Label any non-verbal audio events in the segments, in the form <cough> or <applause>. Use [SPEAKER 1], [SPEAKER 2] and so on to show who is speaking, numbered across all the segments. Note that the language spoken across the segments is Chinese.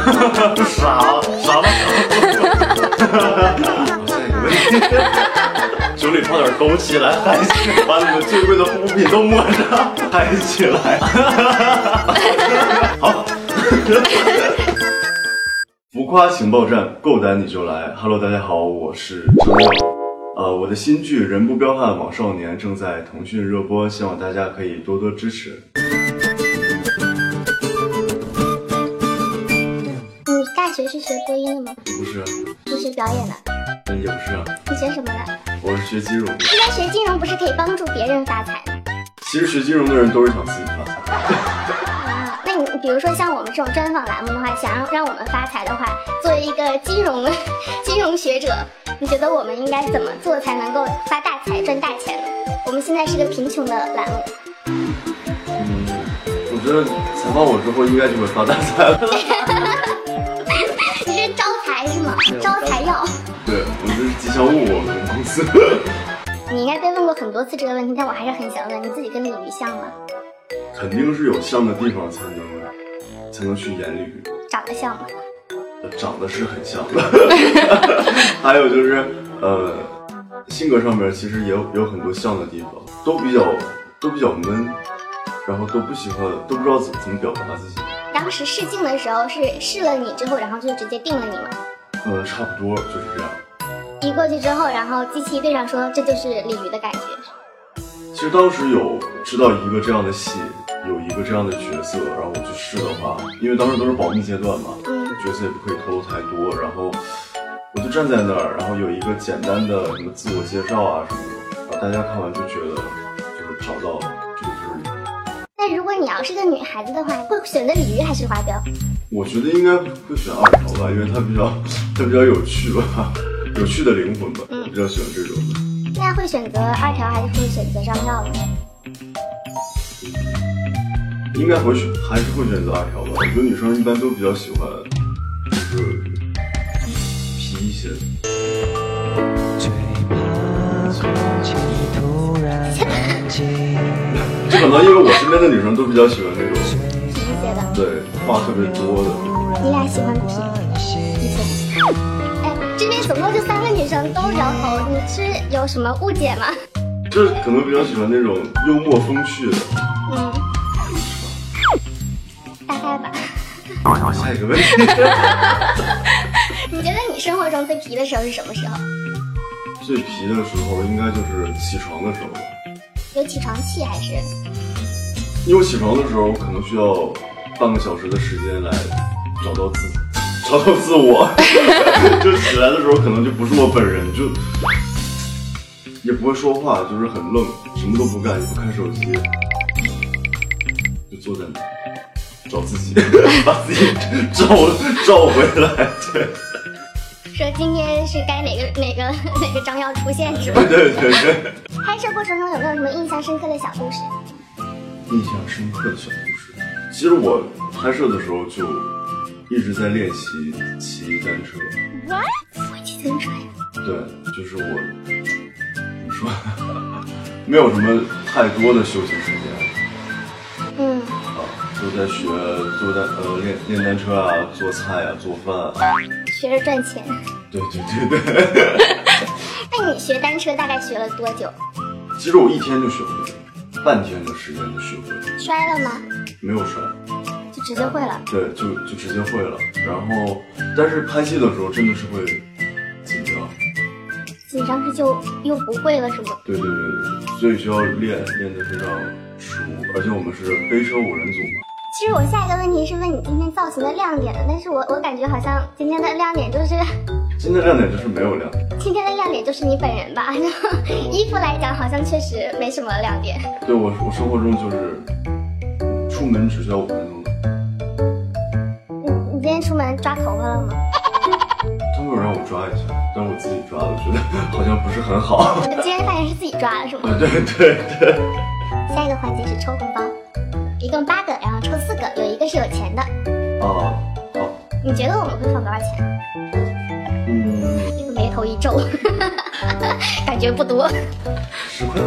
[SPEAKER 1] 傻傻了，酒里泡点枸杞来嗨起来，把你们最贵的护肤品都抹上，嗨起来。好，浮夸情报站，够胆你就来。Hello，大家好，我是张亮。呃，我的新剧《人不彪悍枉少年》正在腾讯热播，希望大家可以多多支持。
[SPEAKER 2] 你大学是学播音的吗？
[SPEAKER 1] 不是啊，
[SPEAKER 2] 是学表演的？
[SPEAKER 1] 也不是啊，
[SPEAKER 2] 你学什么的？
[SPEAKER 1] 我是学金融的。
[SPEAKER 2] 那学金融不是可以帮助别人发财吗？
[SPEAKER 1] 其实学金融的人都是想自己发财。
[SPEAKER 2] 啊，那你比如说像我们这种专访栏目的话，想让让我们发财的话，作为一个金融金融学者，你觉得我们应该怎么做才能够发大财、赚大钱呢？我们现在是个贫穷的栏目，
[SPEAKER 1] 嗯，我觉得采访我之后应该就会发大财了。
[SPEAKER 2] 你是招财是吗？招财药。
[SPEAKER 1] 对，我就是吉祥物，我们公司。 <laughs>
[SPEAKER 2] 你应该被问过很多次这个问题，但我还是很想问，你自己跟鲤鱼像吗？
[SPEAKER 1] 肯定是有像的地方才能才能去演鲤鱼。
[SPEAKER 2] 长得像吗？
[SPEAKER 1] 长得是很像的，还有就是呃，性格上面其实也有有很多像的地方，都比较都比较闷，然后都不喜欢，都不知道怎么怎么表达自己。
[SPEAKER 2] 当时试镜的时候是试了你之后，然后就直接定了你吗？
[SPEAKER 1] 嗯，差不多就是这样。
[SPEAKER 2] 移过去之后，然后机器一对上说这就是鲤鱼的感觉。
[SPEAKER 1] 其实当时有知道一个这样的戏，有一个这样的角色，然后我去试的话，因为当时都是保密阶段嘛，
[SPEAKER 2] 嗯，
[SPEAKER 1] 角色也不可以透露太多。然后我就站在那儿，然后有一个简单的什么自我介绍啊什么的，然后大家看完就觉得就是找到这个就是你。
[SPEAKER 2] 那如果你要是个女孩子的话，会选择鲤鱼还是华标？
[SPEAKER 1] 我觉得应该会选二条吧，因为它比较它比较有趣吧， <laughs> 有趣的灵魂吧，我比较喜欢这种的。
[SPEAKER 2] 那会选择二条还是会选择张耀呢？
[SPEAKER 1] 应该会选还是会选择二条吧，我觉得女生一般都比较喜欢就是皮一些。
[SPEAKER 3] 最怕空气突然安静。
[SPEAKER 1] 就可能因为我身边的女生都比较喜欢那种
[SPEAKER 2] 皮一些的，
[SPEAKER 1] 对话特别多的，
[SPEAKER 2] 你俩喜欢皮一些。哎，这边总共就三个女生都摇头，你是有什么误解吗？
[SPEAKER 1] 就是可能比较喜欢那种幽默风趣的。
[SPEAKER 2] 嗯，大概吧。
[SPEAKER 1] 下一个问题，
[SPEAKER 2] 你觉得你生活中最皮的时候是什么时候？
[SPEAKER 1] 最皮的时候应该就是起床的时候吧，
[SPEAKER 2] 有起床气还是？
[SPEAKER 1] 因为我起床的时候可能需要半个小时的时间来找到自 <laughs> 找到自我， <laughs> 就起来的时候可能就不是我本人，就也不会说话，就是很愣，什么都不干，也不看手机，就坐在那儿找自己， <laughs> 把自己找找回来，对
[SPEAKER 2] 说今天是该哪个哪个哪个张耀出现是吗？
[SPEAKER 1] 对对对，
[SPEAKER 2] 拍摄过程中有没有什么印象深刻的小故事？
[SPEAKER 1] 印象深刻的小故事。其实我拍摄的时候就一直在练习骑单车。
[SPEAKER 2] 会骑自行车呀？
[SPEAKER 1] 对，就是我，怎么说，没有什么太多的休息时间
[SPEAKER 2] 嗯，
[SPEAKER 1] 啊，就在学做单呃练练单车啊，做菜啊，做饭啊，
[SPEAKER 2] 学着赚钱。
[SPEAKER 1] 对对对对。 <laughs>
[SPEAKER 2] 那你学单车大概学了多久？
[SPEAKER 1] 其实我一天就学会了，半天的时间就学会了，
[SPEAKER 2] 摔了吗？
[SPEAKER 1] 没有摔，
[SPEAKER 2] 就直接会了。
[SPEAKER 1] 对，就就直接会了。然后，但是拍戏的时候真的是会紧张，
[SPEAKER 2] 紧张是就又不会了是吗？
[SPEAKER 1] 对对对对，所以需要练练得非常熟，而且我们是飞车五人组嘛。
[SPEAKER 2] 其实我下一个问题是问你今天造型的亮点的，但是我我感觉好像今天的亮点就是 <laughs>
[SPEAKER 1] 今天亮点就是没有亮点。
[SPEAKER 2] 今天的亮点就是你本人吧。然后 <laughs> 衣服来讲好像确实没什么亮点。
[SPEAKER 1] 对我，我生活中就是出门只需要五分钟，
[SPEAKER 2] 你你今天出门抓头发了吗？
[SPEAKER 1] 他们有让我抓一下，但是我自己抓的，我觉得好像不是很好。 <laughs>
[SPEAKER 2] 你今天发现是自己抓的是吗？
[SPEAKER 1] 对对对，
[SPEAKER 2] 下一个环节是抽红包，一共八个，然后抽四个，有一个是有钱的。
[SPEAKER 1] 啊，好，
[SPEAKER 2] 你觉得我们会放多少钱？
[SPEAKER 1] 嗯，
[SPEAKER 2] 这个眉头一皱， <laughs> 感觉不多。
[SPEAKER 1] 十块。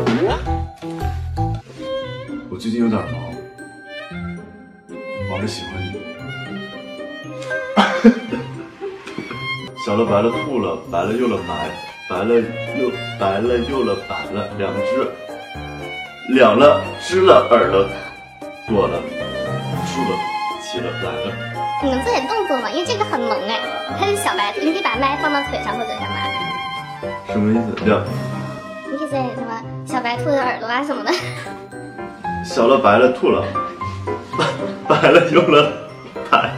[SPEAKER 1] 我最近有点忙，忙着喜欢你。 <laughs> 小了白了吐了，白了又了白，白了又白了又了白了，两只，两了知了耳了，朵了，树了起了来了，
[SPEAKER 2] 你能做点动作吗？因为这个很萌哎，它是小白兔，你可以把麦放到腿上或者干嘛，
[SPEAKER 1] 什么意思？两
[SPEAKER 2] 你可以做点什么小白兔的耳朵啊什么的。 <laughs>
[SPEAKER 1] 小了白了吐了， <laughs> 白白了又了白，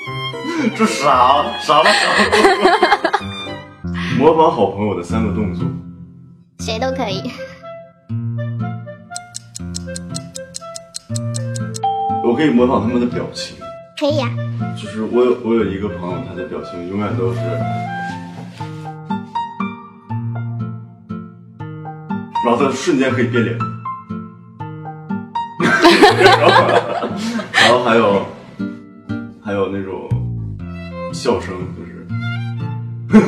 [SPEAKER 1] <laughs> 这啥啥玩意儿？ <laughs> 模仿好朋友的三个动作，
[SPEAKER 2] 谁都可以。
[SPEAKER 1] 我可以模仿他们的表情。
[SPEAKER 2] 可以啊，
[SPEAKER 1] 就是我有我有一个朋友，他的表情永远都是，然后他瞬间可以变脸， <laughs> 然后还有还有那种笑声，就是，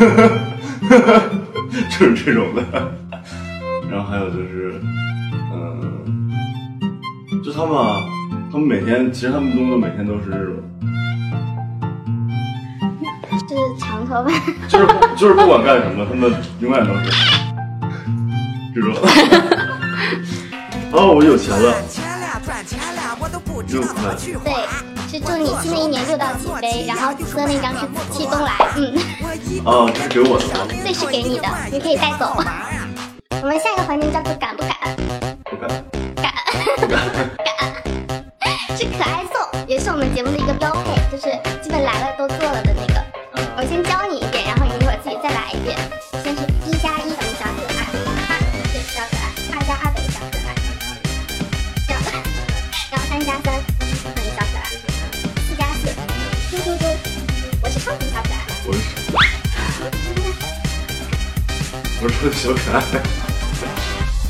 [SPEAKER 1] <laughs> 就是这种的，然后还有就是，嗯、就他们啊，他们每天其实他们工作每天都是这种。
[SPEAKER 2] 就是长头发，
[SPEAKER 1] 就是不就是不管干什么，他们永远都是这种。 <laughs> 哦，我有钱了，
[SPEAKER 4] 赚钱了，赚钱了，我都不知道怎么去花。
[SPEAKER 2] 对，是祝你新的一年六到几杯，然后紫色那张是紫气东来，嗯。
[SPEAKER 1] 哦这是给我的吗
[SPEAKER 2] 这是给你的你可以带
[SPEAKER 4] <laughs>
[SPEAKER 2] 走
[SPEAKER 4] 啊
[SPEAKER 2] 我们下一个环节叫做敢不敢，
[SPEAKER 1] 不敢，
[SPEAKER 2] 敢
[SPEAKER 1] 不敢。
[SPEAKER 2] 是可爱送，也是我们节目的一个标配，就是基本来了都做了的那个。我先教你一遍，然后你一会儿自己再来一遍。先是一加一等于小可爱，二等于小可爱，二加二等于小可爱，这样，然后三加三等于小可爱，四加四，嘟嘟嘟，我是超级小可爱。
[SPEAKER 1] 我是 <laughs> 我是小可爱。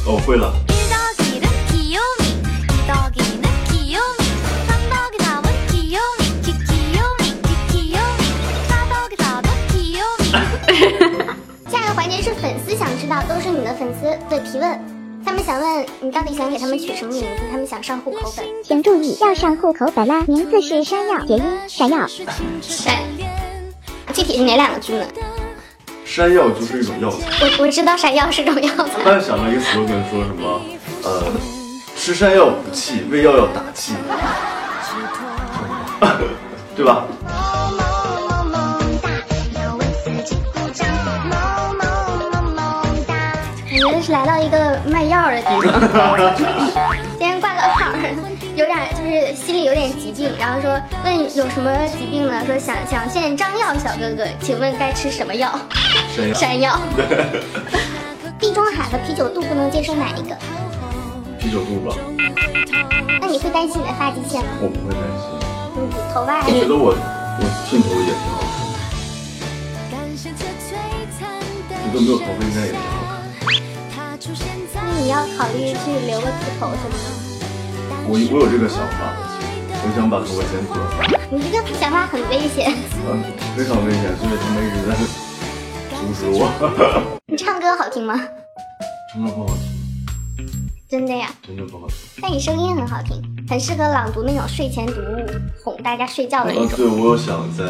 [SPEAKER 1] 哦，会了，
[SPEAKER 5] 이덕이는 귀요미 이덕이는 귀요미 삼덕이 사은 귀요미 키 귀요미 키 귀요미 사덕이 사은 귀요미
[SPEAKER 2] 下一个环节是粉丝想知道，都是你的粉丝的提问，他们想问你到底想给他们取什么名字，他们想上户口本。
[SPEAKER 6] 请注意，要上户口本啦！名字是山药，谐音闪耀。
[SPEAKER 2] 啊具体是哪两个字呢？
[SPEAKER 1] 山药就是一种药材。
[SPEAKER 2] 我我知道闪耀是种药
[SPEAKER 1] 我
[SPEAKER 2] 材，
[SPEAKER 1] 刚才想到一个 slogan，说什么呃，吃山药补气，喂药药打气， <laughs> 对吧？
[SPEAKER 2] <laughs>
[SPEAKER 1] <laughs>
[SPEAKER 2] 感觉是来到一个卖药的地方。 <laughs> 今天挂个号，有点就是心里有点疾病，然后说问有什么疾病呢？说想想见张耀小哥哥，请问该吃什么药？
[SPEAKER 1] 山药。
[SPEAKER 2] 山药。
[SPEAKER 1] 对，
[SPEAKER 2] 地中海和啤酒肚不能接受哪一个？
[SPEAKER 1] <laughs> 啤酒肚吧，
[SPEAKER 2] 那你会担心你的发际线吗？
[SPEAKER 1] 我不会担心。
[SPEAKER 2] 嗯，头发还
[SPEAKER 1] 我
[SPEAKER 2] 是
[SPEAKER 1] 觉得我我寸头也挺好看，你都没有头发应该也挺好看。
[SPEAKER 2] 那
[SPEAKER 5] 嗯
[SPEAKER 2] 你要考虑去留个秃头什么的。
[SPEAKER 1] 我我有这个想法，我想把头发剪短，
[SPEAKER 2] 你这个想法很危险。 <laughs>
[SPEAKER 1] 嗯，非常危险，所以他们一直在 <laughs> 阻止我。
[SPEAKER 2] 你唱歌好听吗？
[SPEAKER 1] 真的不好听，
[SPEAKER 2] 真的呀，
[SPEAKER 1] 真的不好听。
[SPEAKER 2] 但你声音很好听，很适合朗读那种睡前读物，哄大家睡觉的那
[SPEAKER 1] 呃，
[SPEAKER 2] 种。
[SPEAKER 1] 对，我有想在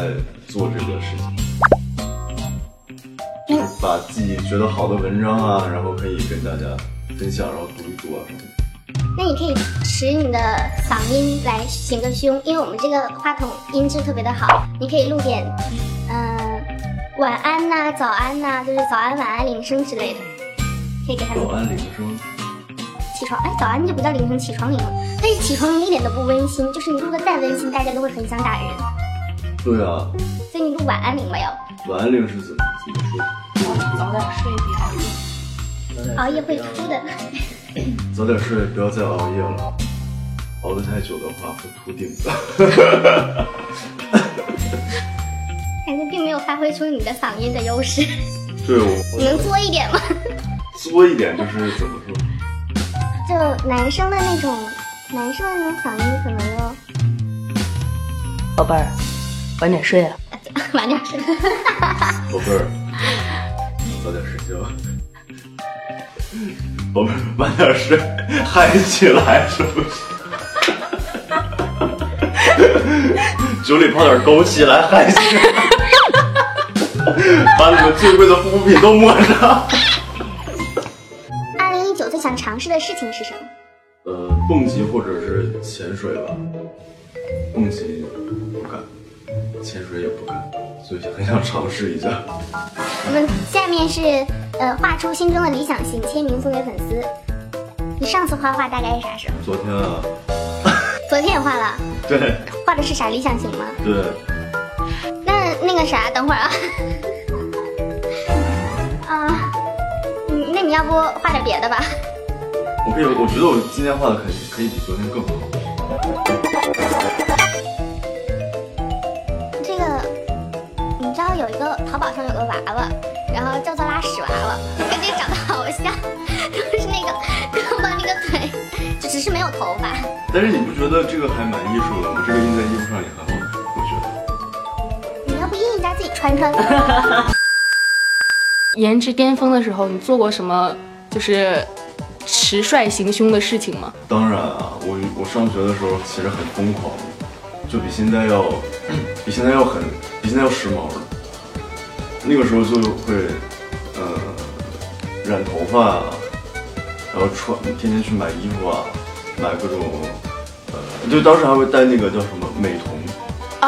[SPEAKER 1] 做这个事情，就是把自己觉得好的文章啊，然后可以跟大家分享，然后读一读啊。
[SPEAKER 2] 那你可以使你的嗓音来行个凶，因为我们这个话筒音质特别的好，你可以录点，嗯、晚安呐、早安呐、就是早安、晚安铃声之类的，可以给他们
[SPEAKER 1] 早安铃声，
[SPEAKER 2] 起床。哎，早安就不叫铃声，起床铃了。但是起床铃一点都不温馨，就是你录的再温馨，大家都会很想打人。
[SPEAKER 1] 对啊，
[SPEAKER 2] 所以你录晚安哦铃吧，要不。
[SPEAKER 1] 晚安铃是怎么怎么说？
[SPEAKER 2] 熬夜会秃的。
[SPEAKER 1] 早点睡，不要再熬夜了。熬得太久的话会秃顶的。 <laughs>
[SPEAKER 2] 感觉并没有发挥出你的嗓音的优势，
[SPEAKER 1] 对我，
[SPEAKER 2] 你能作一点吗？
[SPEAKER 1] 作一点就是怎么说？
[SPEAKER 2] 就男生的那种，男生的那种嗓音可能就
[SPEAKER 7] 宝贝儿，晚点睡啊。
[SPEAKER 2] <laughs> 晚点睡。
[SPEAKER 1] 宝贝儿，早点睡觉。宝贝儿，晚点睡，嗨起来是不是？酒里泡点枸杞来 <laughs> 害羞，把你们最贵的护肤品都抹上。
[SPEAKER 2] 二零一九最想尝试的事情是什么？
[SPEAKER 1] 呃，蹦极或者是潜水吧。蹦极不敢，潜水也不敢，所以很想尝试一下。
[SPEAKER 2] 我们下面是呃，画出心中的理想型，签名送给粉丝。你上次画画大概是啥时候？
[SPEAKER 1] 昨天啊，
[SPEAKER 2] 昨天也画了，
[SPEAKER 1] 对
[SPEAKER 2] 画的是啥理想型吗？
[SPEAKER 1] 对，
[SPEAKER 2] 那那个啥，等会儿啊。 <laughs> 啊，嗯那你要不画点别的吧？
[SPEAKER 1] 我可以，我觉得我今天画的可以可以比昨天更好。
[SPEAKER 2] 这个，你知道有一个淘宝上有个娃娃，然后叫做拉屎娃娃，跟这个长得好像， <laughs> 就是那个胳膊那个腿，就只是没有头发。
[SPEAKER 1] 但是你不觉得这个还蛮艺术的吗？这个印在衣服上也很好看，我觉得。
[SPEAKER 2] 你要不印一下自己穿穿？
[SPEAKER 7] 颜值巅峰的时候，你做过什么就是迟帅行凶的事情吗？
[SPEAKER 1] 当然啊，我我上学的时候其实很疯狂，就比现在要比现在要很比现在要时髦了。那个时候就会呃染头发啊，然后穿天天去买衣服啊，买各种呃，就当时还会戴那个叫什么美瞳，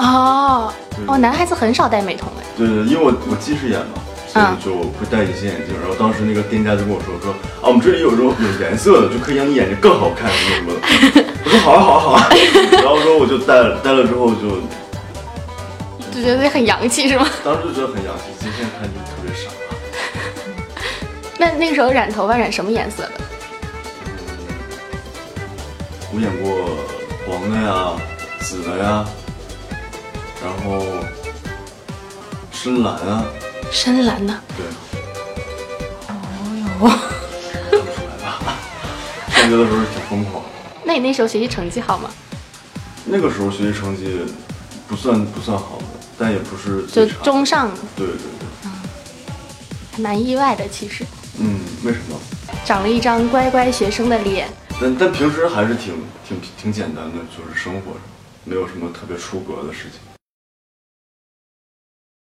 [SPEAKER 7] 哦
[SPEAKER 1] 对
[SPEAKER 7] 哦，男孩子很少戴美瞳哎。
[SPEAKER 1] 对对，因为我我近视眼嘛，所以就会戴隐形眼镜。然后当时那个店家就跟我说说啊，我们这里有这种有颜色的，就可以让你眼睛更好看什么什么的。我说好啊好啊好啊，然后说我就戴了，戴了之后就
[SPEAKER 7] 就觉得自己很洋气是吗？
[SPEAKER 1] 当时就觉得很洋气，今天看就特别傻。啊
[SPEAKER 7] <laughs> 那那个时候染头发染什么颜色的？
[SPEAKER 1] 我演过黄的呀、紫的呀，然后深蓝啊，
[SPEAKER 7] 深蓝的。
[SPEAKER 1] 对。哦哟，看不出来吧？ <laughs> 上学的时候挺疯狂的。
[SPEAKER 7] 那你那时候学习成绩好吗？
[SPEAKER 1] 那个时候学习成绩不算不算好的，但也不是
[SPEAKER 7] 就
[SPEAKER 1] 最差的
[SPEAKER 7] 中。上，
[SPEAKER 1] 对对对，
[SPEAKER 7] 还蛮意外的。其实
[SPEAKER 1] 嗯，为什么？
[SPEAKER 7] 长了一张乖乖学生的脸，
[SPEAKER 1] 但但平时还是挺挺挺简单的，就是生活上没有什么特别出格的事情。